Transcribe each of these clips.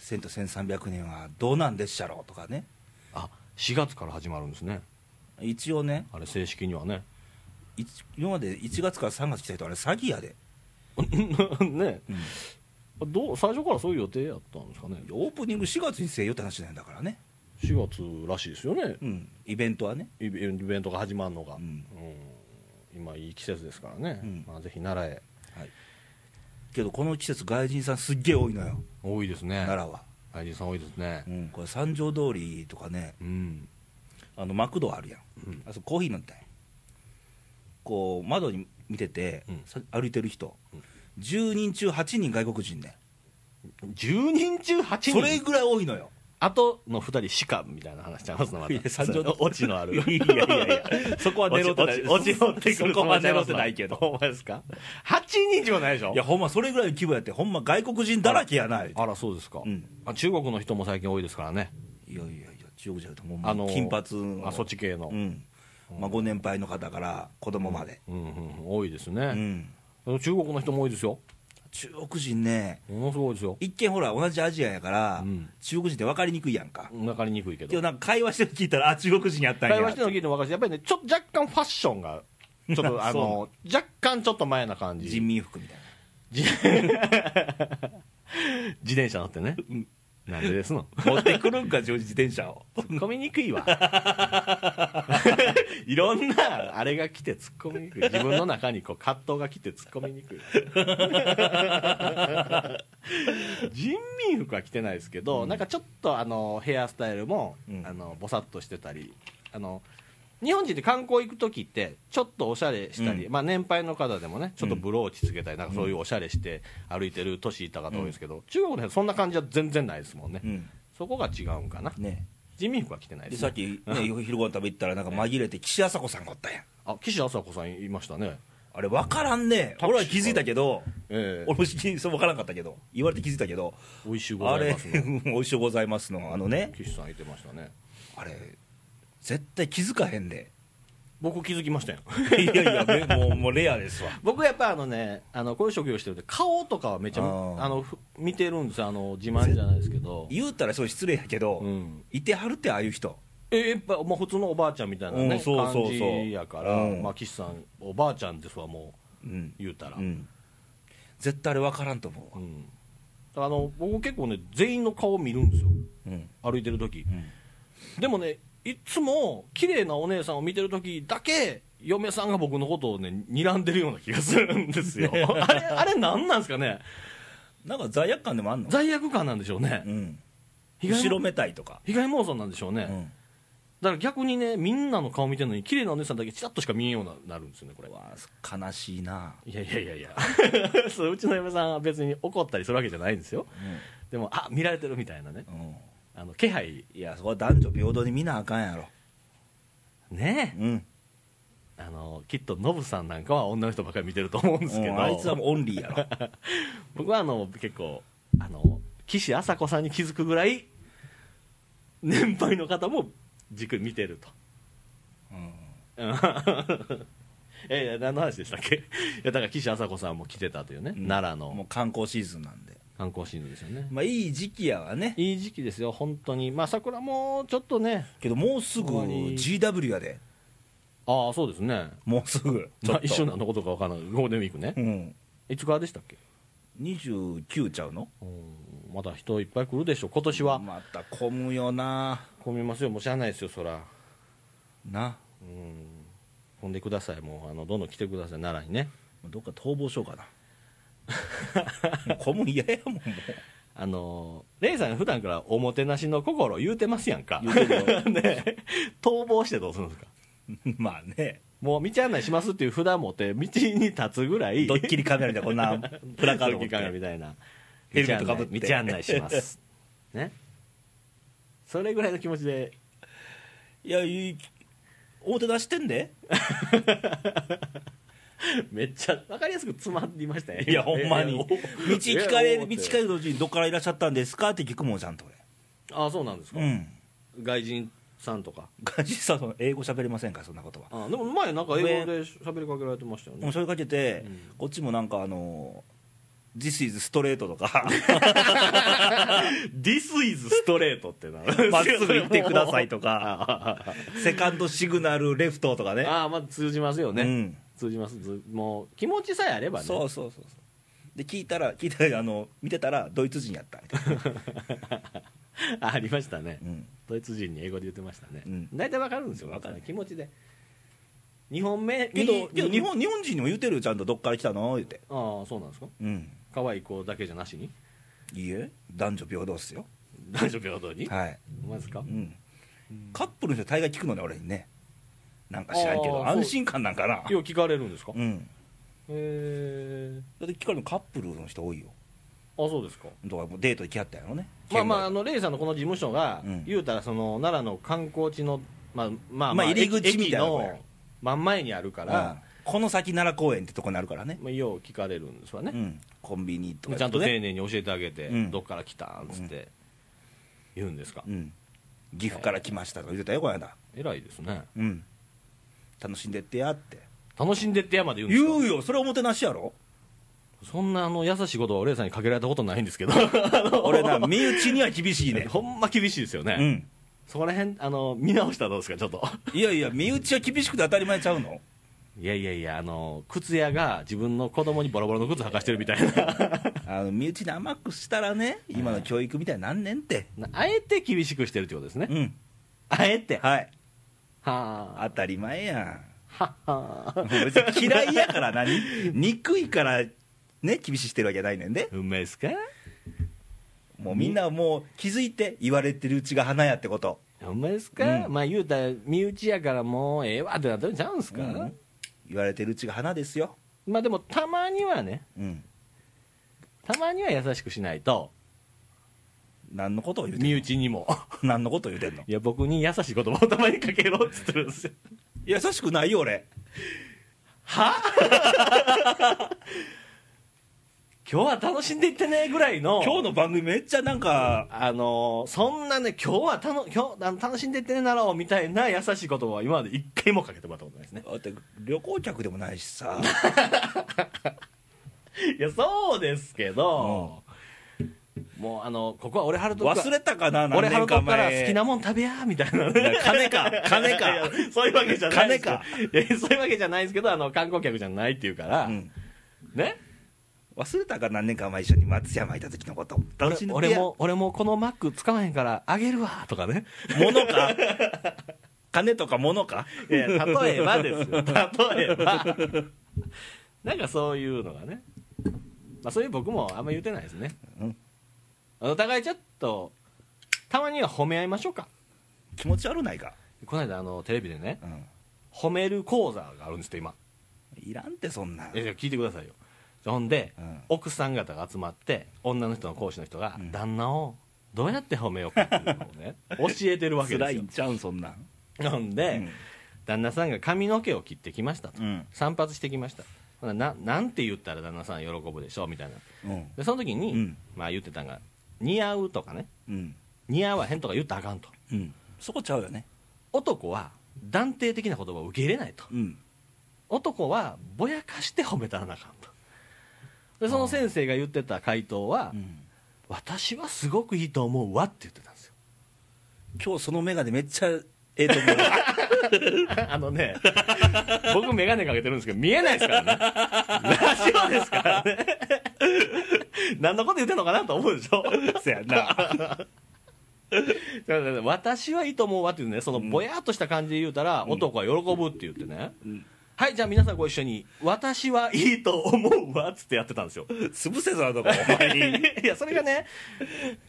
1000と1300年はどうなんでっしゃろうとかねあ4月から始まるんですね一応ねあれ正式にはね一今まで1月から3月来た人あれ詐欺やで、ねうんどう最初からそういう予定やったんですかねオープニング4月にせよって話なんだからね、 4月らしいですよねうん、イベントはねイベイベントが始まるのが、ううんん今いい季節ですからね、うんまあ、ぜひ奈良へはい、けどこの季節外人さんすっげえ多いのよ、多いですね奈良は、愛人さん多いですねうん、これ三条通りとかねうん、あのマクドあるやん、うんあそこコーヒー飲みたいこう窓に見てて、うんさ歩いてる人、うん10人中8人外国人ね10人中8人それぐらい多いのよあとの2人しかみたいな話ちゃいますのまいやた三条オチのあるいやいやいやそこは狙ってないオチオチオチ持ってくるそこは狙ってないけどほんまですか8人じゃないでしょいやほんまそれぐらいの規模やってほんま外国人だらけやないあらそうですか、うんあ中国の人も最近多いですからね、いやいやいや中国じゃなくてもう、あの金髪のあそっち系の、うんまあ、ご年配の方から子供まで、うんうんうん多いですうんね、中国の人も多いですよ中国人ねものすごいですよ一見ほら同じアジアやから、うん中国人って分かりにくいやんか、分かりにくいけけどどなんか会話してるの聞いたらあ中国人やったんや会話してるの聞いても分かるしやっぱりねちょっと若干ファッションがちょっ とあの若干ちょっと前な感じ人民服みたいなじ自転車乗ってね、なんでですの 持ってくるんか自転車を突っ込みにくいわ いろんなあれが来て突っ込みにくい自分の中にこう葛藤が来て突っ込みに くい人民服は着てないですけど、なんかちょっとあのヘアスタイルも、うんあのぼさっとしてたりあの日本人って観光行く時ってちょっとおしゃれしたり、うまあ、年配の方でもねちょっとブローチつけたり、なんかそういうおしゃれして歩いてる年いた方多いですけど、中国の人そんな感じは全然ないですもんね、うんそこが違うんかなね人民服は着てないでです、さねっ、き、ね、昼ご飯食べ行ったらなんか紛れて岸朝子さんがおったやんあ岸朝子さんいましたねあれ分からんねタクシー俺は気づいたけどええ 俺もそう分からんかったけど言われて気づいたけど美味しゅうごあざいれますうね んおいしゅうございますのあのね岸さんいてましたねあれ絶対気づかへんで 僕気づきましたよ いやいやめもうもうレアですわ僕やっぱあのねあのこういう職業してるんで顔とかはめちゃあーあのふ見てるんですよあの自慢じゃないですけど、言うたらそう失礼やけど、うん、いてはるってああいう人えやっぱ、まあ、普通のおばあちゃんみたいなうね、んそうそうそう感じやから、うんまあ、岸さんおばあちゃんですわもうんう、言うたら、うん、絶対あれ分からんと思ううわ、んあの僕結構ね全員の顔見るんですようん歩いてる時、うんでもね、いつも綺麗なお姉さんを見てるときだけ、嫁さんが僕のことをね、睨んでるような気がするんで すよ。あれ、あれ、なんなんですかね、なんか罪悪感でもあんの、罪悪感なんでしょうねう、ん、被害後ろめたいとか、被害妄想なんでしょうね、うんだから逆にね、みんなの顔見てるのに、綺麗なお姉さんだけ、ちらっとしか見えんようになるんですよね、これ。わあ悲しいな、いやいやいやいや、 そううちの嫁さんは別に怒ったりするわけじゃないんですよ、でも、あ見られてるみたいなね、うんうんあの気配、いやそこは男女平等に見なあかんやろ、ねうんあの、きっとノブさんなんかは女の人ばっかり見てると思うんですけど、うんあいつはもうオンリーやろ僕はあの結構あの岸朝子さんに気づくぐらい年配の方もじっくり見てるとうん えいや何の話でしたっけい やだから岸朝子さんも来てたというね、うん奈良ものう観光シーズンなんで、観光シーンですよねまあ、いい時期やわねいい時期ですよ本当にまあ桜もちょっとねけどもうすぐ終わり GW やでああそうですねもうすぐちょまあっと一緒なのことか分からないゴールデンウィークねうん、いつからでしたっけ29ちゃうのうんまだ人いっぱい来るでしょ今年はまた混むよな混みますよもうしゃあないですよそらなうん混んでくださいもうあのどんどん来てください奈良にねどっか逃亡しようかなもう混むん嫌やもんもうあのーレイさん普段からおもてなしの心言うてますやんか言うてるねえ逃亡してどうするんですかまあねもう道案内しますっていう札持って道に立つぐらいドッキリカメラみたいなこんなプラカードド持っッキリカメラみてたいなヘルメットかぶって道案内しますねそれぐらいの気持ちでいやいい表出してんでめっちゃ分かりやすくつまんりましたねいやほんまにえ道ー聞かえれー道聞かれる途中にどっからいらっしゃったんですかって聞くもんちゃんとああそうなんですか、俺うん外人さんとかガジさんは英語喋れませんからそんなことはあーでも前なんか英語で喋りかけられてましたよもうねそれかけて、うんこっちもなんかあの「This is ストレート」と か This is ストレートってな「 まっすぐ行ってください」とか あ「セカンドシグナルレフト」とかねあまあ通じますよね、うん通じますずもう気持ちさえあればねそうそうそうそうで聞いたら聞いたらあの見てたらドイツ人やったみ たいなあありましたね、うんドイツ人に英語で言ってましたね、うん大体わかるんですよわかる気持ちで2本目けどにけど日本日本人にも言うてるよちゃんとどっから来たの言うてああそうなんですかうん可愛い子だけじゃなしにいいえ男女平等っすよ男女平等にはい、マジですか、うん、カップルの人大概聞くのね俺にねなんか知らんけどあーそう安心感なんかなよう聞かれるんですか、へうんえだって聞かれるのカップルの人多いよあそうですかだからもうデート行きはったんやろねまあまあ県あのレイさんのこの事務所が、うん言うたらその奈良の観光地のまあまあ、まあ入り口駅みたいなとこや駅の真ん前にあるか外うんら、この先奈良公園ってとこになるからね、まあ、よう聞かれるんですわうね、ん、コンビニとかちゃんとね、丁寧に教えてあげて、うんどっから来たんつって言うんですか、うん、岐阜から来ましたとか言ってたよこの間偉いですねうん楽しんでってやって楽しんでってやまで言うんですか言うよそれおもてなしやろそんなあの優しいことはおレイさんにかけられたことないんですけど 俺な身内には厳しい ねほんま厳しいですよね、うんそこら辺あの見直したらどうですかちょっと いやいや身内は厳しくて当たり前ちゃうのいやいやいやあの靴屋が自分の子供にボロボロの靴履かしてるみたいなあの身内に甘くしたらね今の教育みたいになんねんってなあえて厳しくしてるってことですね、うんあえてははいあ当たり前やははん別に嫌いやから何憎いからね厳しいしてるわけじゃないねんでうまいっすかもうみんなもう気づいて言われてるうちが花やってことうまいっすか、うんまあ言うたら身内やからもうええわってなってるんちゃうんすか、うん言われてるうちが花ですよまあでもたまにはねうんたまには優しくしないと何のことを言うてん身の内に も何のことを言うてんのいや僕に優しい言葉をたまにかけろっつってるんですよ優しくないよ俺 今日は楽しんでいってねぐらいの今日の番組めっちゃなんかあのーそんなね今日はたの今日あの楽しんでいってねなろうみたいな優しい言葉は今まで一回もかけてもらったことないですねだって旅行客でもないしさいやそうですけど、もうあのここは俺春と忘れたかな俺何春年とかから前好きなもん食べやみたいなね金か金いやかそういうわけじゃないです金かいやそういうわけじゃないですけどあの観光客じゃないっていうから、うんね忘れたか何年か前一緒に松山いた時のこと楽しんで俺も俺もこのマック使わへんからあげるわとかね物か金とか物かいや例えばで すよ例えばなんかそういうのがね、まあ、そういう僕もあんま言うてないですね、うんお互いちょっとたまには褒め合いましょうか気持ち悪ないか、この間あのテレビでねうん、褒める講座があるんですって今いらんってそんないやいや聞いてくださいよほんで、うん奥さん方が集まって女の人の講師の人が、ん旦那をどうやって褒めようかっていうのを ね教えてるわけで辛すいよんちゃうんそんなんなんで、うん旦那さんが髪の毛を切ってきましたと、うん散髪してきましたほなななんて言ったら旦那さん喜ぶでしょうみたいなうんでその時に、うんまあ言ってたんが似合うとかねうん、似合わへんとか言ったらあかんとうん、そこちゃうよね男は断定的な言葉を受け入れないとうん男はぼやかして褒めたらなあかんとでその先生が言ってた回答は、うん私はすごくいいと思うわって言ってたんですよ今日その眼鏡めっちゃええと思う あのね僕眼鏡かけてるんですけど見えないですからねラジオですからね何のこと言ってんのかなと思うでしょそや なだからね私はいいと思うわっていうねそのぼやっとした感じで言うたら、男は喜ぶって言ってね、はいじゃあ皆さんご一緒に私はいいと思うわっつってやってたんですよ潰せぞあの子お前に いやそれがね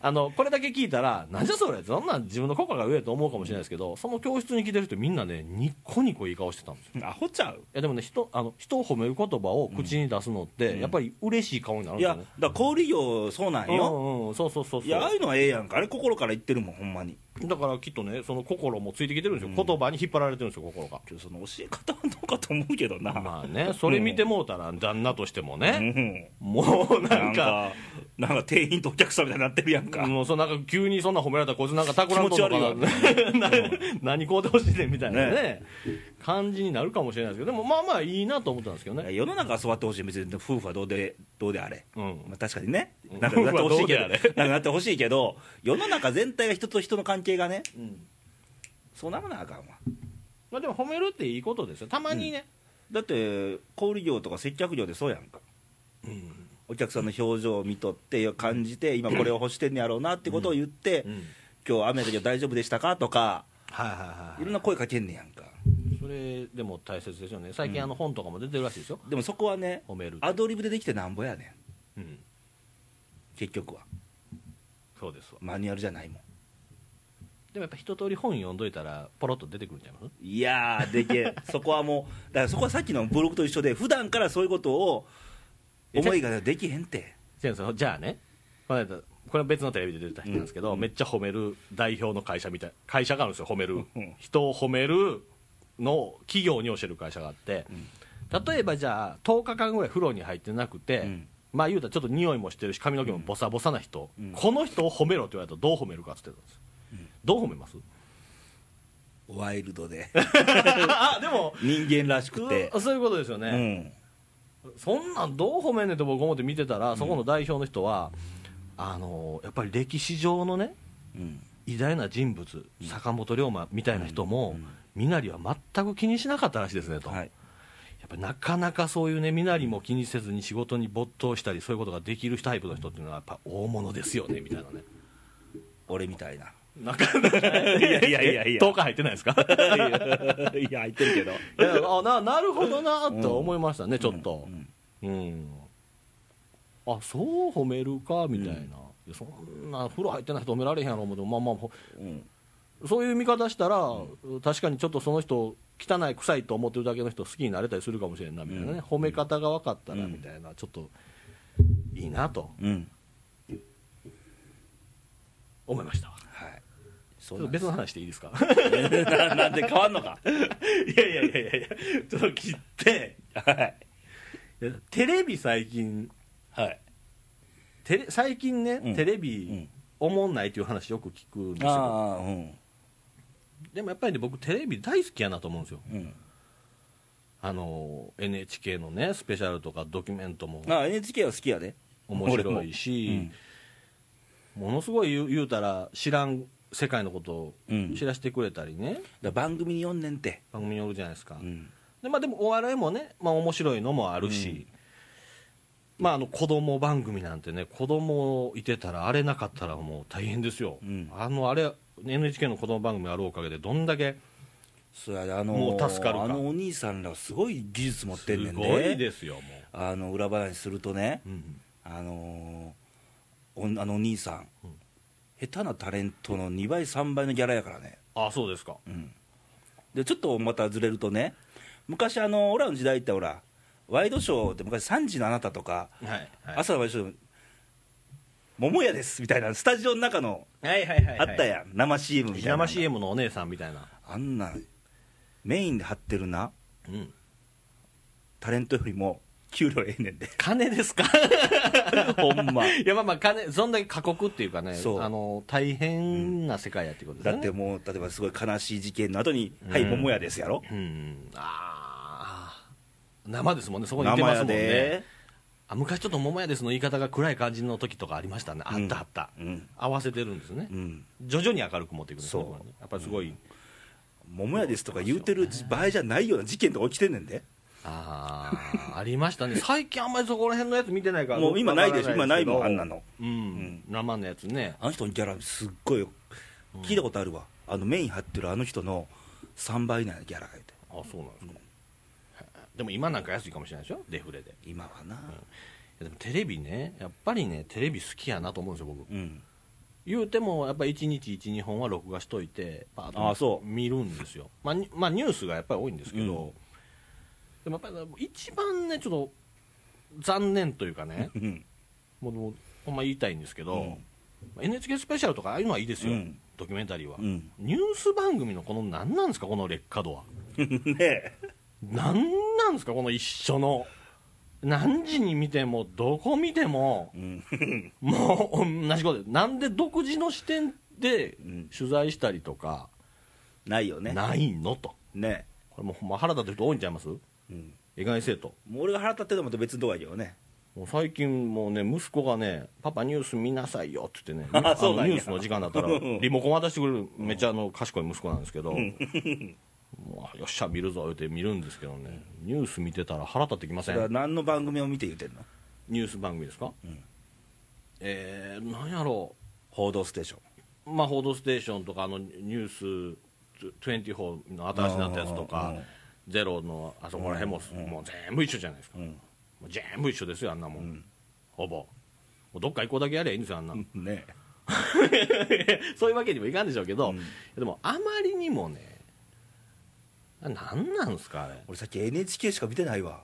あのこれだけ聞いたら何じゃそれそんなん自分の効果が上やと思うかもしれないですけどその教室に来てる人みんなねニッコニコいい顔してたんですよアホちゃういやでもね人あの人を褒める言葉を口に出すのって、やっぱり嬉しい顔になるいんですよやねだから小売業そうなんうよんうんそうそうそうそういやああいうのはええやんかあれ心から言ってるもんほんまにだからきっとね、その心もついてきてるんですよ、言葉に引っ張られてるんですよ、心が。けどその教え方はどうかと思うけどな、まあね、それ見てもうたら、旦那としてもうね、ん、もうななんんか、かなんか店員とお客さんみたいになってるやんか、もうそのなんか急にそんな褒められたら、こいつなんかたくらんとんのかな気 な何こうてほしいねんみたいなねね感じになるかもしれないですけど、でもまあまあいいなと思ったんですけどね。世の中はそうやってほしい別に夫婦はどうでどうであれ、うんまあ、確かにねうんなんかなってほし いけど夫婦はどうであれなんかなってほしいけど世の中全体が人と人の関係がねそうならなあかんわまあ、でも褒めるっていいことですよ、たまにね、だって小売業とか接客業でそうやんかお客さんの表情を見とって感じて今これを欲してんねやろうなってことを言って、今日雨だけど大丈夫でしたかとかはいはいいろんな声かけんねやんかそれでも大切ですよね、最近、あの本とかも出てるらしいですよ、でもそこはね褒める、アドリブでできてなんぼやねうん、ん結局はそうですわ、マニュアルじゃないもんでもやっぱ一通り本読んどいたら、ポロっと出てくるんちゃいますいやーでけえ そこはもうだからそこはさっきのブログと一緒で普段からそういうことを思いができへんって先生じゃあねこの間これは別のテレビで出てた人なんですけど、うんめっちゃ褒める代表の会社みたい会社があるんですよ褒める、うん人を褒めるの企業に教える会社があって、例えばじゃあ10日間ぐらい風呂に入ってなくて、うんまあ言うたらちょっと匂いもしてるし髪の毛もボサボサな人、うんこの人を褒めろって言われたらどう褒めるかって言ってたんですよ、どう褒 めますワイルドであでも人間らしくて そういうことですよね、うんそんなんどう褒めんねんって僕思って見てたら、そこの代表の人はあのやっぱり歴史上のねうん偉大な人物、坂本龍馬みたいな人も、身なりは全く気にしなかったらしいですねと、はやいっぱりなかなかそういうね、身なりも気にせずに仕事に没頭したり、そういうことができるタイプの人っていうのは、やっぱ大物ですよねみたい なね、俺みたいななかなか、いやいやいや いや10日入 ってないですかいやいや入ってるけどいやあななるほどなと思いましたね、ちょっとう。んうん、あそう褒めるかみたいな、いやそんな風呂入ってない人褒められへんやろ思ってもまあまあほ うんそういう見方したら、確かにちょっとその人汚い臭いと思ってるだけの人好きになれたりするかもしれんなみたいなね、うん褒め方が分かったらうんみたいな、ちょっといいなとうん思いましたわはいちそょうっなとんで別すの話でいいです か ななんで変わんのかいやいやいやいやちょっと切ってはいいやテレビ最近はいテレ最近ね、うんテレうビんおもんないという話よく聞くんですよああうんでもやっぱりね僕テレビ大好きやなと思うんですようんあの NHK のねスペシャルとかドキュメントもああ NHK は好きやで面白いし、ものすごい言う言うたら知らん世界のことをうん知らせてくれたりね、だから番組に読んねんて番組によるじゃないですか、うんで,、まあ、でもお笑いもね、まあ、面白いのもあるし、まあ、あの子供番組なんてね子供いてたらあれなかったらもう大変ですよ、うんあのあれ NHK の子供番組あるおかげでどんだけそうやであのもう助かるかあのお兄さんらすごい技術持ってんねすんごいでですよもあの裏話するとねう、うんあのーおんあのお兄さん、うん下手なタレントの2倍3倍のギャラやからね、あそうですかうんでちょっとまたずれるとね昔あの俺らの時代ってほらワイドショーって昔3時のあなたとか、はい、はい、朝のワイドショー桃屋ですみたいなスタジオの中のはいはいはい、あったやん、生 CM みたいな生 CM のお姉さんみたいな、あんなメインで張ってるなうん、タレントよりも給料ええねんで金ですか ほんまいやまあまあ金そんだけ過酷っていうかねそうあの大変な世界やっていうことですだよっねてもう例えばすごい悲しい事件の後に「んはい桃屋です」やろうんあー生ですもんねそこにい生てま屋すもんねであ昔ちょっと「桃屋です」の言い方が暗い感じの時とかありましたねあったあった、うん合わせてるんですね、うん徐々に明るく持っていくんですねそうこれねやっぱりすごい、桃屋ですとか言うてる場合じゃないような事件とか起きてんねんでああありましたね最近あんまりそこら辺のやつ見てないからもう今ないでしょ今ないもんあんなののうん、生のやつねあの人のギャラすっごいよ聞いたことあるわあのメイン張ってるあの人の3倍なんやギャラがいてあそうなんですか、でも今なんか安いかもしれないでしょデフレでい今はなやでもテレビねやっぱりねテレビ好きやなと思うんですよ僕うん言うてもやっぱり1日12本は録画しといてパーッとあそう見るんですよまあ、にまあニュースがやっぱり多いんですけど、でもやっぱり一番ねちょっと残念というかねうんもうもうほんま言いたいんですけど、うんまあ NHK スペシャルとかああいうのはいいですうよ、んドキュメンタリーは、うん ニュース番組のこの何なんですかこの劣化度はねえ何なんですかこの一緒の何時に見てもどこ見てもうんもう同じことでなんで独自の視点でん取材したりとかないよねないのとねこれもうほんま腹立ってる人多いんちゃいますえ、うん、意外性ともう俺が腹立ってるのもまた別のとこやけどねもう最近もうね息子がね「パパニュース見なさいよ」って言って ねあのそうなんやニュースの時間だったらうんリモコン渡してくれるめっちゃあの賢い息子なんですけどもうよっしゃ見るぞ言って見るんですけどねニュース見てたら腹立ってきませだからん何の番組を見て言ってんのニュース番組ですか、んえー、なんやろ「報道ステーションう、まあ、報道ステーションとか、あのニュース24の新しいなったやつとうかんうん、ゼロのあそこらへんも、もう全部一緒じゃないですか、んもう全部一緒ですよ、あんなもん、ほぼ。もうどっか一個だけやればいいんですよ、あんな、」 ねそういうわけにもいかんでしょうけど、うんでもあまりにもね、あなんなんすか、あれ俺さっき NHK しか見てないわ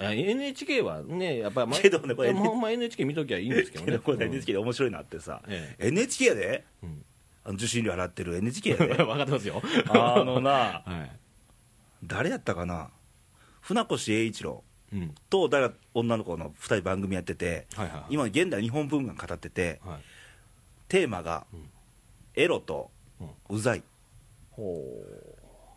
いや、NHK はね、やっぱり、けどねこれでもほんま NHK 見ときゃいいんですけどけね、ど これ うん NHK で面白いなってさ、え NHK やで、うんあの受信料払ってる NHK や分でかってますよ。 あのなはい 誰やったかな船越英一郎うん、と誰か女の子の2人番組やってて、はいはいはい今現代日本文学語っててはい、テーマがんエロとうざい、ほ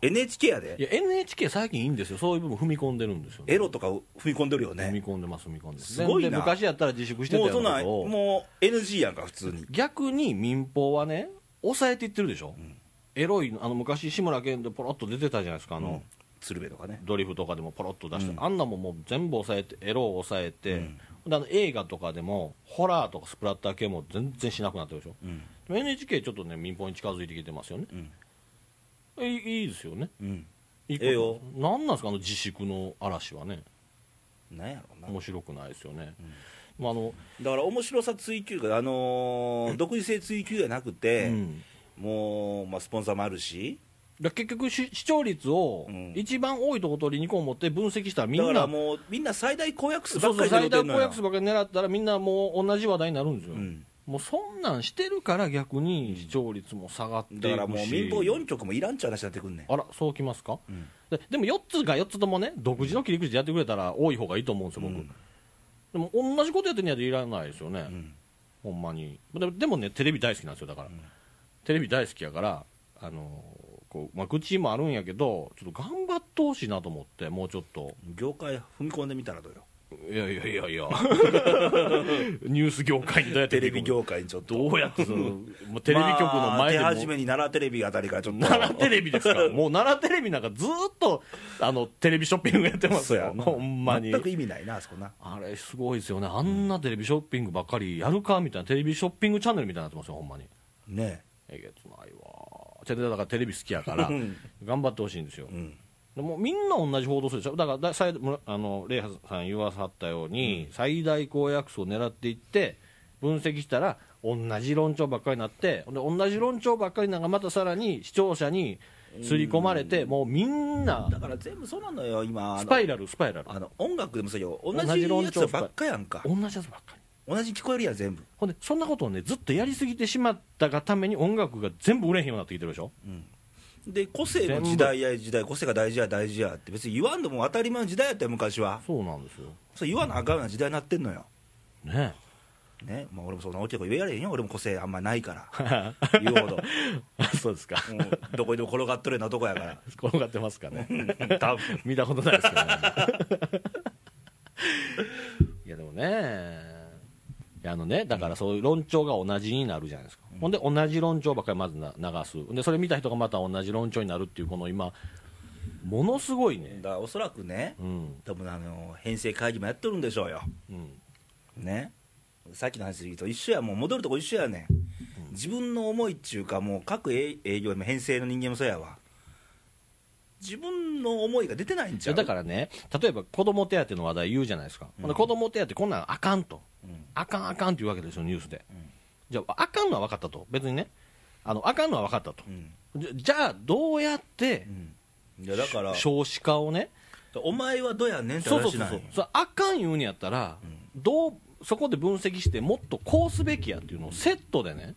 NHK やでいや NHK 最近いいんですよそういう部分踏み込んでるんですよ、エロとか踏み込んでるよ踏ねみ込んでます踏み込んでますすごいなで昔やったら自粛してたもうよそうんななこんとをもう NG やんか普通に逆に民放はね抑えていってるでしょ、エロいあの昔志村けんでポロッと出てたじゃないですかああの、の鶴瓶とかねドリフとかでもポロッと出して、うんあんなもんもう全部抑えてエロを抑えて、であの映画とかでもホラーとかスプラッター系も全然しなくなってるでしょうんでも NHK ちょっとね民放に近づいてきてますよねうんえいいいですよねうんいいええよ何なんですかあの自粛の嵐はねなんやろうな面白くないですよね、まああのだから面白さ追求があのー独自性追求じゃなくて、うんもう、まあ、スポンサーもあるしだ結局し視聴率をうん一番多いところ取り2個持って分析したらみだかんならもうみんな最大公約数ばそうっそかうり出最てん大公のよ約数ばっかり狙ったらみんなもう同じ話題になるんですよ、うんもうそんなんしてるから逆に視聴率も下がっていくしだからもう民放4局もいらんっちゃう話になってくんねんあらそうきますか、んででも4つが4つともね独自の切り口でやってくれたら多い方がいいと思うんですよ僕、うんでも同じことやってんやでいらないですよね、うんほんまにでもでもねテレビ大好きなんですよだから、テレビ大好きやからあのこう、まあ、愚痴もあるんやけどちょっと頑張ってほしいなと思ってもうちょっと業界踏み込んでみたらどうよいやいやいやいや ニュース業界にどうやってテレビ業界にちょっとどうやってそのもうテレビ局の前でまもあ手始めに奈良テレビあたりからちょっと奈良テレビですからもう奈良テレビなんかずーっとあのテレビショッピングやってます そうやよなほんまに全く意味ないなあそこなあれすごいですよねあんなテレビショッピングばっかりやるかみたいなテレビショッピングチャンネルみたいになってますよほんまにねえげつないわてだからテレビ好きやから頑張ってほしいんですよ、えうんでもみんな同じ報道するでしょだからだ最むあのレイハさん言わさったように、最大公約数を狙っていって分析したら同じ論調ばっかりになってほんで同じ論調ばっかりなんかまたさらに視聴者に刷り込まれて、もうみんなだから全部そうなのよ今あのスパイラルスパイラルあの音楽でもそうよ同同じじや論つ調ばっかやんか同じやつばっかり同じ聞こえるやん全部ほんでそんなことをねずっとやりすぎてしまったがために音楽が全部売れへんようになってきてるでしょで個性の時代や時代個性が大事や大事やって別に言わんでも当たり前の時代やったよ昔はそうなんですよそう言わなあかんような時代になってんのよね えねまあ、俺もそんな大きい声言えやれへんよ俺も個性あんまないから 言うほど、あそうですか、うんどこにでも転がっとるようなとこやから 転がってますかね多分見たことないですけどね いやでもねいやあのねだからそういう論調が同じになるじゃないですか、ほんで同じ論調ばっかりまずな流すでそれ見た人がまた同じ論調になるっていうこの今ものすごいねだからおそらくねうん多分あの編成会議もやっとるんでしょうようんねさっきの話で言うと一緒やもう戻るとこ一緒やね、ん、自分の思いっちゅうかもう各営営業も編成の人間もそうやわ自分の思いが出てないんいちゃやうだからね例えば子供手当の話題言うじゃないですか、ほんで子供手当こんなんあかんと、うんあかんあかんって言うわけですよニュースで、じゃああかんのは分かったと別にねあのあかんのは分かったとう、んじゃじゃあどうやっていやだから少子化をね、お前はどやねんってそうそう話そうなんそようそれあかん言うんやったら、どうそこで分析してもっとこうすべきやっていうのをセットでね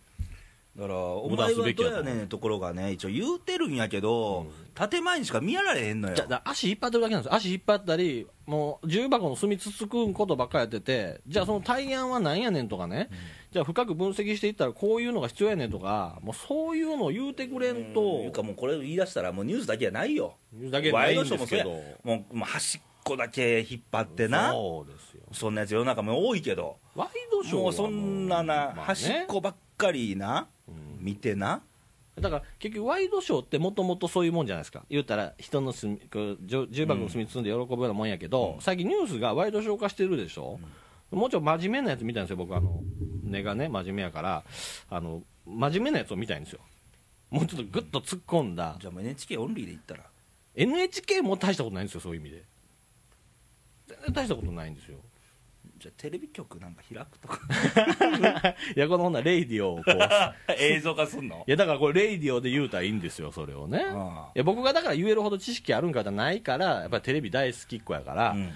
だから、お前はどうやねんのところがね、一応言うてるんやけど、建前にしか見やられへんのよじゃ。あ足引っ張ってるだけなんですよ足引っ張ったりもう重箱の隅つつくんことばっかりやっててじゃあその対案は何やねんとかね、じゃあ深く分析していったらこういうのが必要やねんとかもうそういうのを言うてくれんというかもうこれ言い出したら、もうニュースだけじゃないよ。言うだけじゃないんですけどワイドショーもそうやもうもう端っこだけ引っ張ってな、そうですよそんなやつ世の中も多いけど、ワイドショーはもうそんなな、まあね端っこばっかりな、うん見てな、だから結局、ワイドショーってもともとそういうもんじゃないですか、言うたら人の住みこうじょ重箱の隅積んで喜ぶようなもんやけど、最近、ニュースがワイドショー化してるでしょ、もうちょっと真面目なやつ見たいんですよ、僕、あの根がね、真面目やからあの、真面目なやつを見たいんですよ、もうちょっとぐっと突っ込んだ、じゃあもう NHK オンリーで行ったら、 NHK も大したことないんですよ、そういう意味で、全然大したことないんですよ。じゃあテレビ局なんか開くとか、いやこの女レイディオをこう い 映像化す んのやだからこれレイディオで言うたらいいんですよそれをねああいや僕がだから言えるほど知識あるんかじゃないからやっぱりテレビ大好きっ子やから、うん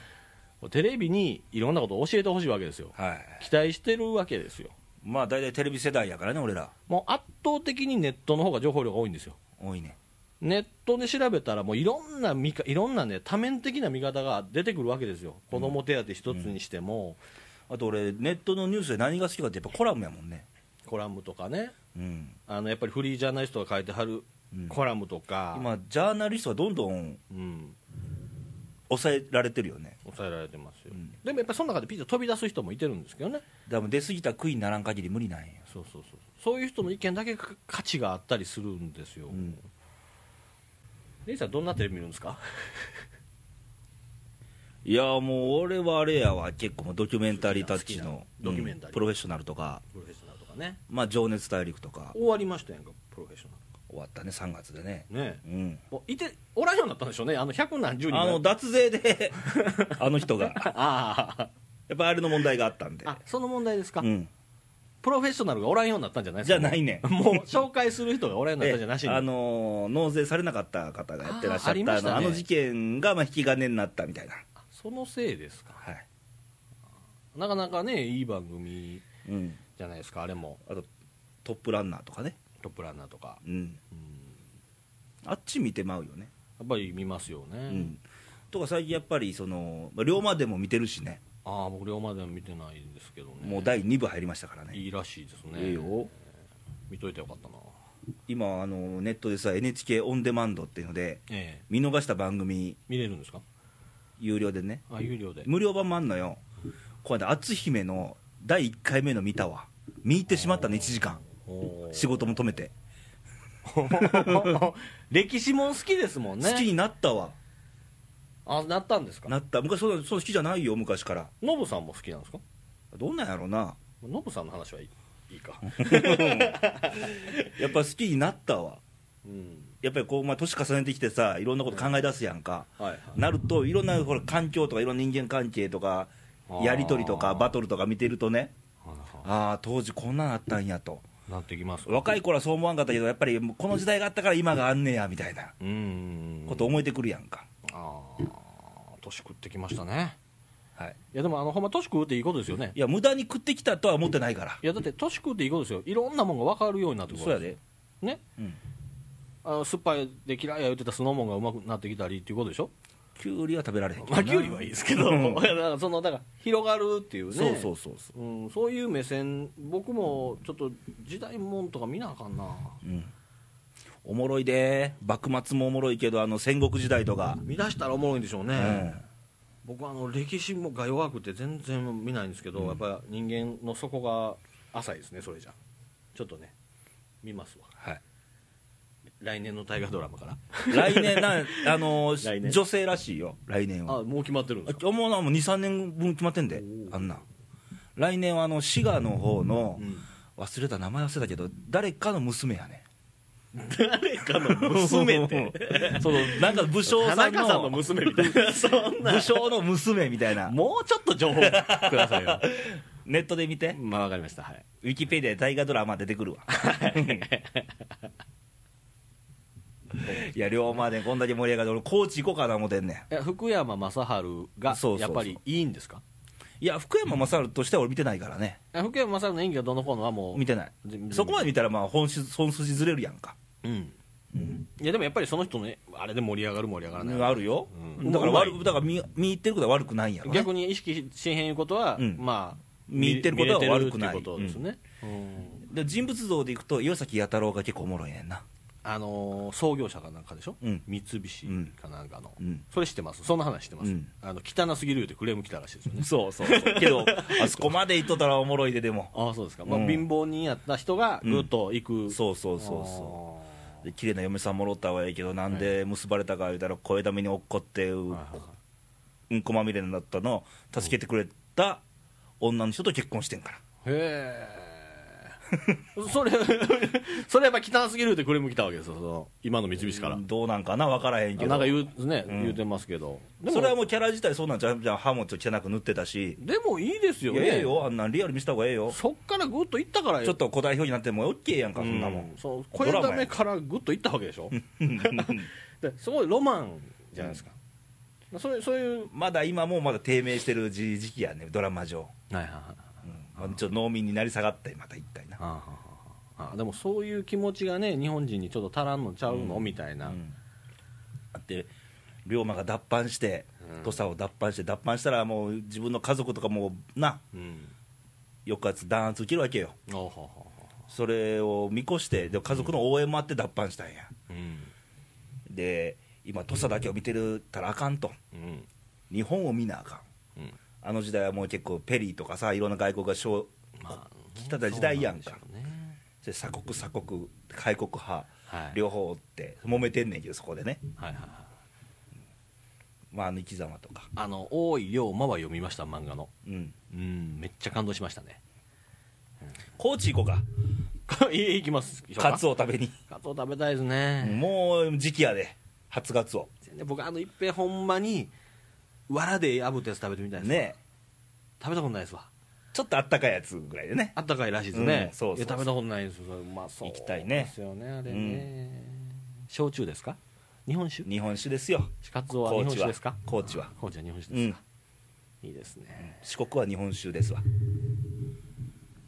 テレビにいろんなことを教えてほしいわけですよはい、期待してるわけですよまあ大体テレビ世代やからね、俺ら、もう圧倒的にネットの方が情報量が多いんですよ多いね。ネットで調べたらもういろんな見かいろんなね多面的な見方が出てくるわけですよ子供手当一つにしても、あと俺、ネットのニュースで何が好きかって、やっぱコラムやもんね、コラムとかねうん、あのやっぱりフリージャーナリストが書いてはるうんコラムとか、今、ジャーナリストはどんどんうん、抑えられてるよね、抑えられてますよ、うんでもやっぱりその中でピッチャー飛び出す人もいてるんですけどねだからもう出過ぎた悔いにならん限り無理なんや、そうそうそうそういう人の意見だけか価値があったりするんですよ、うんレイさんどんなテレビ見るんですかいやもう俺はあれやわ結構もうドキュメンタリータッチの好きなドキュメンタリーうんプロフェッショナルとか、プロフェッショナルとかねまあ、情熱大陸とか終わりましたやんかプロフェッショ終わったね3月でねナルねうえんもういておらんようになったんでしょうねあの百何十人があの脱税で あの人が ああやっぱあれの問題があったんであその問題ですか、うんプロフェッショナルがおらんようになったんじゃないですじかゃないねもう紹介する人がおらんようになったんじゃなしえにあのー納税されなかった方がやってらっしゃったあーありましたねあの事件がまあ引き金になったみたいな、そのせいですかはいなかなかねいい番組うん、じゃないですかあれもあとトップランナーとかね、トップランナーとか、うん、うんあっち見てまうよね、やっぱり見ますよね、うん、とか最近やっぱりその、まあ、龍馬でも見てるしねああ僕龍馬では見てないんですけどねもう第2部入りましたからねいいらしいですねええよ見といてよかったな今あのネットでさ NHK オンデマンドっていうのでええ見逃した番組見れるんですか有料でねあ有料で無料版もあんのよこれ篤姫の第1回目の見たわ見入ってしまったの1時間おー仕事も止めて、 歴史もん好きですもんね好きになったわあなったんですかなった昔そうそう好きじゃないよ昔からノブさんも好きなんですかどんなんやろうなノブさんの話はいいいいかやっぱ好きになったわうんやっぱりこう、まあ、年重ねてきてさいろんなこと考え出すやんか、はいはいなるといろんなほら環境とかいろんな人間関係とかあーやり取りとかバトルとか見てるとねはいはああ当時こんなんあったんやといなってきます若い頃はそう思わんかったけどやっぱりもうこの時代があったから今があんねやみたいなうんうんうんこと思えてくるやんか、ああ年食ってきましたねはい、いやでもあのほんま年食うっていいことですよねいや無駄に食ってきたとは思ってないからいやだって年食うっていいことですよいろんなもんが分かるようになってくるそうやで、ねうん、あの酸っぱいで嫌いや言ってたスノーモンがうまくなってきたりっていうことでしょきゅうりは食べられへんけどなまあ、キュウリはいいですけど、 だからそのだから広がるっていうね、、そうそうそうそうん、そういう目線、僕もちょっと時代もんとか見なあかんな、う、うん、おもろいで幕末もおもろいけどあの戦国時代とか、見出したらおもろいんでしょううね、ん、僕はあの歴史もが弱くて、全然見ないんですけど、やっぱ人間の底が浅いですね、それじゃ、ちょっとね、見ますわ、はい来年の大河ドラマから、来年 なん、あの来年女性らしいよ、来年は。あもう決まってるんですか、あもうなもう2、3年分決まってんで、あんな。来年はあの滋賀の方の、うん忘れた、名前忘れたけど、誰かの娘やね。 誰かの娘って、 そのなんか武将田さん 中さんのの娘みたい な、そんな武、将の娘みたいな、もうちょっと情報くださいよ。 ネットで見て、まあわかりましたはいウィキペディアで大河ドラマ出て くるわ。いや、龍馬でこんだけ盛り上がって、俺、高知行こうかな思てんねん。え福山雅治がそうそうそうやっぱりいいんですかいや、福山雅治としては俺見てないからね、あ福山雅治の演技がどうのこうのはもう見てない、そこまで見たら、まあ本質本筋ずれるやんか、うんいやでもやっぱりその人のねあれで盛り上がる盛り上がらないあるよ、うんだから悪くうまいだから見見入ってることは悪くないんやろ、ね、逆に意識しへんいうことは、うんまあ見入ってることは悪くない見れてるっていうことですね、うんで人物像でいくと岩崎弥太郎が結構おもろいねんなあのー創業者かなんかでしょ、うん三菱かなんかの、うんそれ知ってますそんな話知ってます、うんあの汚すぎる言うてクレーム来たらしいですよねそうそうそうけどあそこまで行っとったらおもろいででもああそうですか、まあうん貧乏人やった人がぐっと行く、そうそうそうそあうで綺麗な嫁さんもろったはええけどなんで結ばれたか言うたら声だめに落っこってう,、ーはいはいはいんこまみれになったの助けてくれた女の人と結婚してんからへえ それそれやっぱ汚すぎるってクレーム来たわけですよその今の三菱から、どうなんかな分からへんけあどなんか言う,、ねうん言うてますけどでもそれはもうキャラ自体そうなんじゃんじゃあ歯もちょっと汚く塗ってたしでもいいですよいやねええよあんなんリアル見せた方がええよそっからぐっと行ったからちょっと古代表になってもオッケーやんかうそんなもんんそうド声ラマやだめからぐっと行ったわけでしょ ですごいロマンじゃないですか、そういうそういうまだ今もまだ低迷してる時時期やねドラマ上、はいはいはいうんまあちょっと農民になり下がってまた一回なあああでもそういう気持ちがね日本人にちょっと足らんのちゃうの、みたいな、うんだって龍馬が脱藩して土佐を脱藩して脱藩したらもう自分の家族とかもうなうん抑圧弾圧受けるわけよあはははそれを見越してで家族の応援もあって脱藩したんやうんで今土佐だけを見てるたらあかんとうん日本を見なあかんうんあの時代はもう結構ペリーとかさいろんな外国が小まあ来た時代やんかそうなんでしょうねで鎖国鎖国開国派はい両方おって揉めてんねんけどそこでねはいはいはいまあ、あの生き様とか、あの大井龍馬は読みました漫画のうん、うんめっちゃ感動しましたね高知行こうか、 いいきますカツオオ食べに、カツオ食べたいですね、もう時期やで、初カツオ、ね僕あの一平ほんまにわらで炙ったやつ食べてみたいですわね食べたことないですわちょっとあったかいやつぐらいでね、あったかいらしいですね、うんそうそうそういや食べたことないですそれうまそう行きたいねですよねあれね、焼酎ですか日本酒日本酒ですよ、カツオは日本酒ですか高知は高知は日本酒ですか、いいですね四国は日本酒ですわ、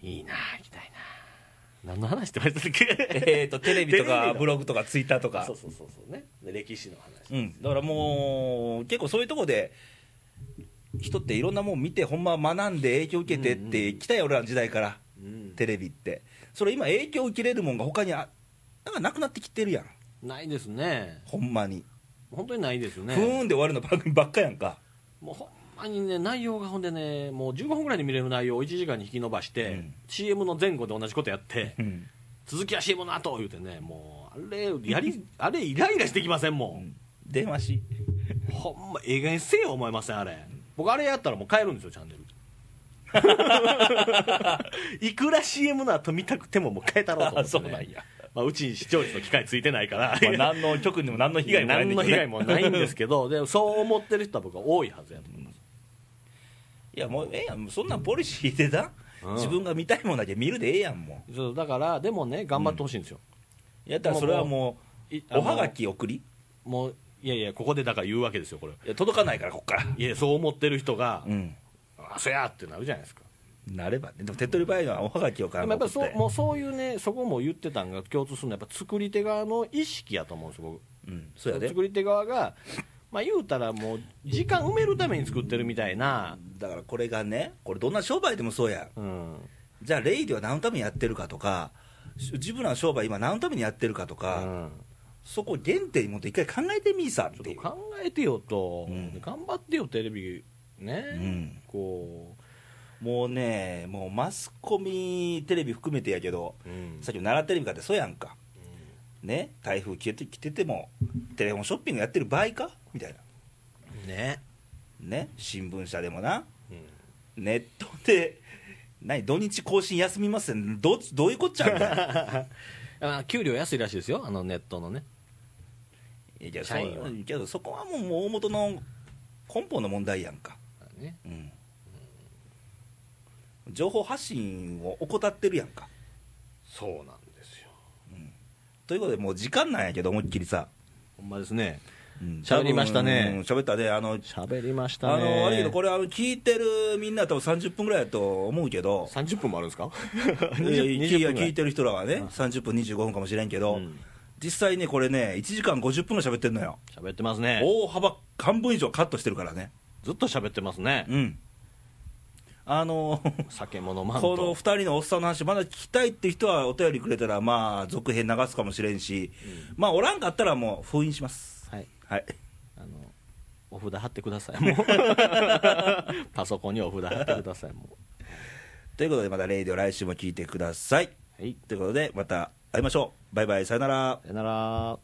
いいな行きたいな何の話してましたっけえーと、テレビとテレビかのブログとかツイッターとあかそう、そうそうそうねで歴史の話、うん、だからもう、結構そういうとこで、人っていろんなもん見て、ほんま学んで影響受けてって、来たよ、俺らの時代から、うんテレビって、それ今、影響受けれるもんが他にあ、なんかなくなってきてるやん、ないですねほんまに。本当にないですよねふーんで終わるの番組ばっかやんか、もうほんまにね内容がほんでねもう15分ぐらいで見れる内容を1時間に引き延ばして、うん CM の前後で同じことやって続きは CM の後言うてねもうあれやりあれイライラしてきませんも電話しんほんまええ加減せえよ思いませんあれ僕あれやったらもう帰るんですよチャ ンネルいくら CM の後見たくてももう変えたろうと思 って、ね、あそうなんや、まあ、うちに視聴率の機会ついてないからまあ、何の局にも 何の被害もないん何だけの被ど、害もないんですけどでもそう思ってる人は僕は多いはずやと思いますいやもうええやんそんなポリシーでな、うん自分が見たいもんだけ見るでええやんもそうだからでもね頑張ってほしいんですよ、うやったらそれはもいうおはがき送りあのもういやいやここでだから言うわけですよこれいや届かないからこっからいやそう思ってる人が、うんあそやってなるじゃないですかなればねでも手っ取り早いのはおはがきを考でえもやっぱりてそうもうそういうねそこも言ってたんが共通するのはやっぱ作り手側の意識やと思うんですようんそうや僕で作り手側がまあ言うたらもう時間埋めるために作ってるみたいなだからこれがねこれどんな商売でもそうやんうんじゃあレイディは何のためにやってるかとかし自分らの商売今何のためにやってるかとうか、んそこ原点に持って一回考えてみいさっちてょっいうと考えてよと、うん頑張ってよテレビね、うんこもうね、もうマスコミ、テレビ含めてやけど、う、うんさっきの奈良テレビかってそうやんか、ね、台風来て来てても、テレフォンショッピングやってる場合かみたいな、ね、ね、新聞社でもな、うんネットで、何、土日更新休みますんどうどういうこっちゃみた いなあ給料安いらしいですよ、あのネットのね、いやけど社員はそうけどそこはもうもう大元の根本の問題やんか、ねうん、情報発信を怠ってるやんか。そうなんですよ、ということで、もう時間なんやけど、思いっきりさ。ほんまですね、うん喋りました多ね分うん喋ったねあの喋りましあのあれけどこれあの聞いてるみんな多分30分ぐらいやと思うけど30分もあるんです かいやいや20分ぐら聞いてる人らはね30分25分かもしれんけど、うん実際ねこれね1時間50分が喋ってんのよ喋ってますね大幅半分以上カットしてるからねずっと喋ってますねうんあの酒物マンこの2ト人のおっさんの話まだ聞きたいって人はお便りくれたらまあ続編流すかもしれんし、まあおらんかったらもう封印しますはいはいあのお札貼ってくださ いもうパソコンにお札貼ってくださいもということでまた「レイディオ」来週も聞いてくださいうはいということでまた会いましょうバイバイさよならさよなら